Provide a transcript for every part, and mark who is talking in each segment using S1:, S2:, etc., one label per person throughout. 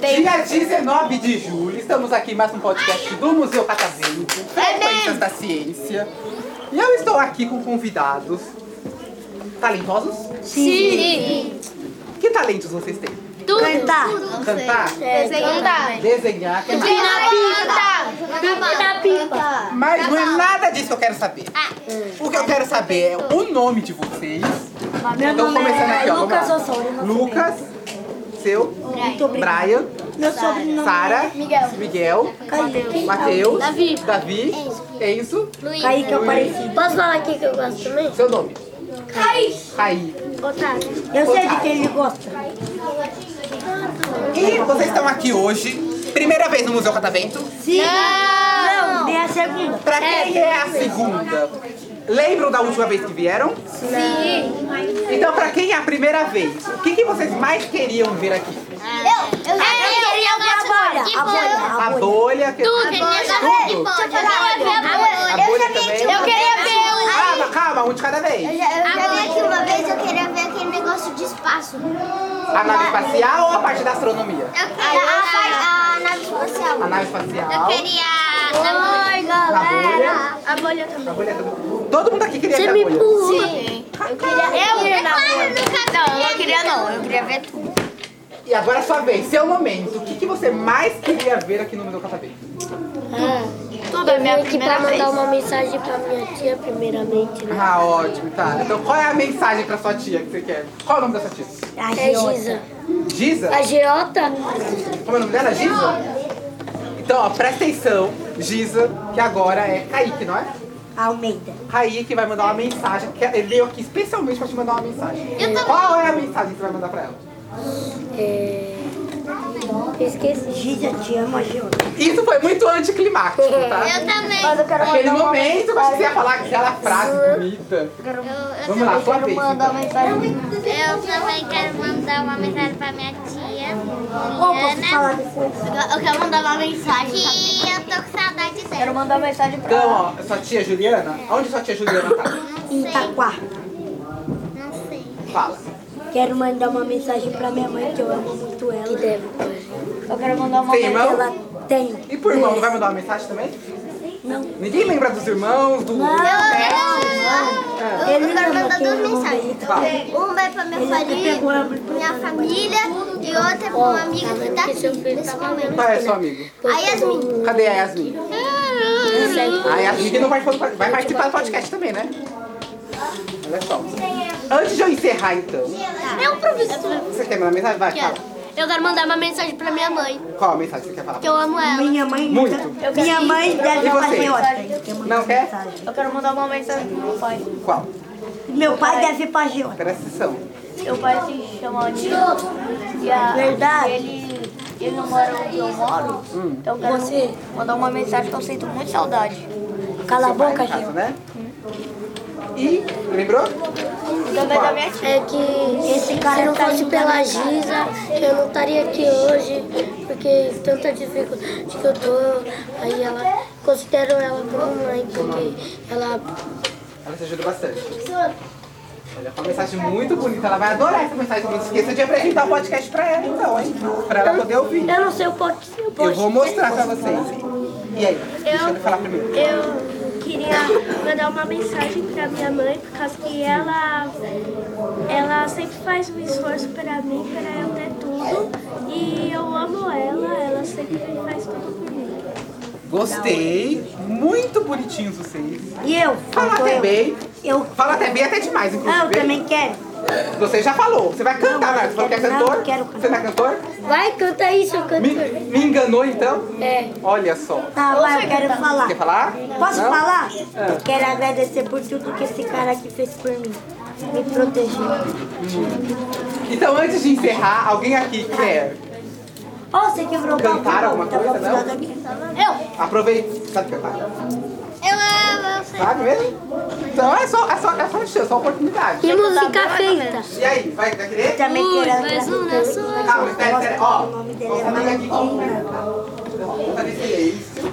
S1: Dia 19 de julho, estamos aqui em mais um podcast do Museu Catavento,
S2: É
S1: Frequências da Ciência. E eu estou aqui com convidados talentosos.
S3: Sim.
S1: Que talentos vocês têm?
S3: Tudo.
S2: Cantar.
S1: Cantar,
S3: É, Desenhar.
S1: desenhar, que mais?
S3: Cantar. pipa.
S1: Mas não é nada disso que eu quero saber.
S2: Ah.
S1: O que eu quero saber é o nome de vocês.
S2: Meu
S1: Então
S2: nome
S1: começando
S2: é
S1: aqui, ó. vamos
S2: Lucas
S1: lá.
S2: Osório. nosso
S1: Lucas, seu, Brian,
S2: Meu é sobrenome
S1: Sara, Miguel,
S2: Caiu.
S1: Matheus,
S3: Davi.
S1: Davi, Enzo,
S3: Luiz.
S2: Aí que é eu pareci.
S4: Posso falar aqui que eu gosto também?
S1: seu nome,
S3: Raiz.
S1: Raí.
S4: Otávio.
S2: Eu sei de quem ele gosta.
S1: E vocês estão aqui hoje, primeira vez no Museu Catavento.
S2: Sim.
S3: Não.
S2: Nem a segunda.
S1: Pra quem é a segunda? Lembram da última vez que vieram?
S3: Sim.
S1: Então, pra quem é a primeira vez, o que, que vocês mais queriam ver aqui?
S3: Eu, eu
S4: É,
S3: queria
S2: A bolha. A bolha.
S1: A bolha, que...
S3: Tudo.
S1: Tudo? A bolha também? Ah,
S3: Eu queria ver
S1: Calma, calma, um de cada vez.
S3: é
S4: Eu já vi aqui uma vez, eu queria ver aquele negócio de espaço.
S1: A nave espacial ou a parte da astronomia?
S4: Eu queria a, a nave espacial.
S1: A nave espacial,
S4: Oi,
S1: a bolha...
S4: A bolha também.
S1: A bolha também. Todo mundo aqui queria ver a bolha.
S3: Eu Não, eu queria não. Eu queria ver tudo.
S1: E agora é sua vez, seu momento. O que, que você mais queria ver aqui no Museu Catavento?
S3: Tudo é minha
S4: Vim aqui pra
S3: primeira vez.
S4: mandar uma mensagem pra minha tia, primeiramente, né?
S1: Ah, ótimo, tá. Então qual é a mensagem pra sua tia que você quer? Qual é o nome da sua tia?
S2: A
S4: É
S2: Giota.
S4: Giza.
S1: Giza?
S4: A Giota?
S1: Como é o nome dela? Giza? Então, ó, presta atenção, Giza, que agora é Kaique, não é?
S2: Almeida.
S1: Kaique vai mandar uma mensagem, que ele veio aqui especialmente pra te mandar uma mensagem.
S3: também.
S1: Qual é a mensagem que você vai mandar pra ela?
S4: É... Eu esqueci.
S2: Giza te ama, Giota.
S1: Isso foi muito anticlimático, tá?
S3: Eu também.
S4: Mas eu quero
S1: Aquele momento que você ia falar aquela frase bonita. Vamos lá, sua vez. então.
S3: Eu também quero mandar uma mensagem pra minha tia,
S4: É,
S2: Ou posso
S4: né?
S2: falar
S3: Juliana.
S2: depois?
S3: Eu quero mandar uma mensagem. Que eu tô com saudade
S2: Quero
S3: dela.
S2: mandar mensagem pra ela.
S1: Então, ó, sua tia Juliana, onde sua tia Juliana tá?
S2: Em Itaquá.
S3: Não sei.
S1: Fala.
S2: Quero mandar uma mensagem pra minha mãe, que eu amo muito ela. Eu quero mandar uma
S1: Tem
S2: mensagem
S1: irmão?
S2: ela tem.
S1: E por irmão, não vai mandar uma mensagem também?
S2: Não.
S1: Ninguém lembra dos irmãos, do...
S2: Não.
S4: Eu,
S2: Ele
S4: eu quero
S2: ama
S4: mandar
S2: aquele
S4: duas
S2: irmão
S4: mensagens.
S2: dele.
S4: Uma vai pra
S3: é
S4: minha família,
S2: pegou a Bíblia.
S4: minha família e outra é pra uma amiga que tá aqui nesse momento.
S1: Qual é seu amigo?
S4: A Yasmin.
S1: Cadê a Yasmin?
S3: é-
S1: A Yasmin que não participou do pod- vai participar do podcast também, né? Olha só. Antes de eu encerrar, então,
S3: É um professor.
S1: você quer mandar mensagem? Vai,
S3: Quero.
S1: fala.
S3: Eu quero mandar uma mensagem pra minha mãe,
S1: Qual a mensagem que você quer falar?
S3: que eu amo ela.
S2: Minha mãe
S1: Muito.
S2: nunca- Minha mãe deve
S1: E
S2: amar
S1: você?
S2: Giota.
S1: Não quer?
S5: Eu quero mandar uma mensagem pro meu pai.
S1: Qual?
S2: Meu pai deve ir pra Giota.
S1: Presta atenção.
S5: Meu pai se chama Anísio. E a,
S2: Verdade. Hum.
S5: Ele, ele não mora onde eu moro. Então eu quero
S2: Você?
S5: mandar uma mensagem que eu sinto muito saudade.
S2: Cala a
S1: Vai,
S2: boca,
S1: no caso,
S2: Giota.
S1: né? E, lembrou?
S5: E também da minha tia.
S4: É que esse cara se não fosse pela Giza, eu não estaria aqui hoje, porque tanta dificuldade que eu tô, aí ela considero ela como mãe, porque ela
S1: Ela te ajuda bastante. Olha, foi uma mensagem muito bonita. Ela vai adorar essa mensagem. Não esqueça de apresentar o podcast pra ela, então, hein? Pra ela poder ouvir.
S4: eu não sei o que eu
S1: Eu
S4: posso.
S1: vou mostrar pra vocês. E aí? Deixa eu falar primeiro.
S4: Eu queria mandar uma mensagem para minha mãe, por causa que ela, ela sempre faz um esforço para mim, para eu ter tudo. E eu amo ela, ela sempre faz tudo por mim.
S1: Gostei. Muito bonitinhos vocês.
S2: E eu?
S1: Fala
S2: Sou
S1: até
S2: eu.
S1: bem.
S2: Eu.
S1: Fala até bem, até demais, inclusive.
S2: Ah, eu também quero.
S1: Você já falou. Você vai
S2: Não,
S1: cantar, né?
S2: eu
S1: Você falou que é
S2: quero- não,
S1: cantor?
S2: eu quero
S1: Você não é cantor?
S4: Vai, canta isso, eu canto.
S1: Me, me enganou, então?
S4: É.
S1: Olha só.
S2: Tá, vai, eu quero falar.
S1: Quer falar?
S2: Posso
S1: Não?
S2: falar?
S1: Ah.
S2: Quero agradecer por tudo que esse cara aqui fez por mim. Me protegeu.
S1: Então, antes de encerrar, alguém aqui quer
S2: Ó, você quebrou o
S1: Cantaram
S2: balcão,
S1: alguma
S2: tá
S1: coisa, não?
S2: bloqueado aqui.
S3: Eu,
S1: Aproveita. Sabe cantar?
S3: eu amo você.
S1: Sabe mesmo? Então é só, é só, é só chance, é só oportunidade. tá
S4: E música feita.
S1: E aí, vai, vai querer?
S2: Também quero
S3: mas não
S2: agradecer. Tá,
S3: é
S2: um,
S1: Calma, espera, espera. Ó,
S2: O nome é dele
S1: vamos
S2: é
S1: fazer aqui.
S2: Marquinhos.
S1: Vamos fazer isso.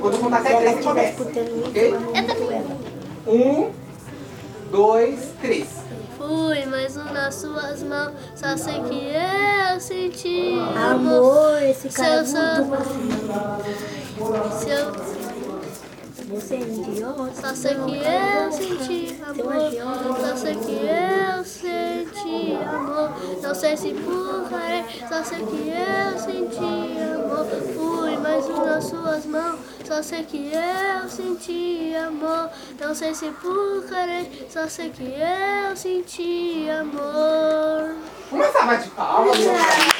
S1: Quando eu contar
S2: Se
S1: até três,
S2: ela
S1: você
S2: estiver
S1: começa.
S2: escutando muito,
S1: Ok?
S2: eu amo muito ela.
S1: Um, dois, três.
S6: Fui, mas não nas suas mãos, só sei que eu senti
S2: Amor, esse cara
S6: Seu
S2: é muito
S6: samba.
S2: vacilo.
S6: Seu,
S2: Você é idiota.
S6: só sei que eu senti amor, só sei que eu senti amor. Não sei se pulgarei, só sei que eu senti amor. Fui, mas não nas suas mãos, só sei que eu senti amor. Não sei se pulgarei, só sei que eu senti amor.
S1: Uma salva de palmas. meu amor.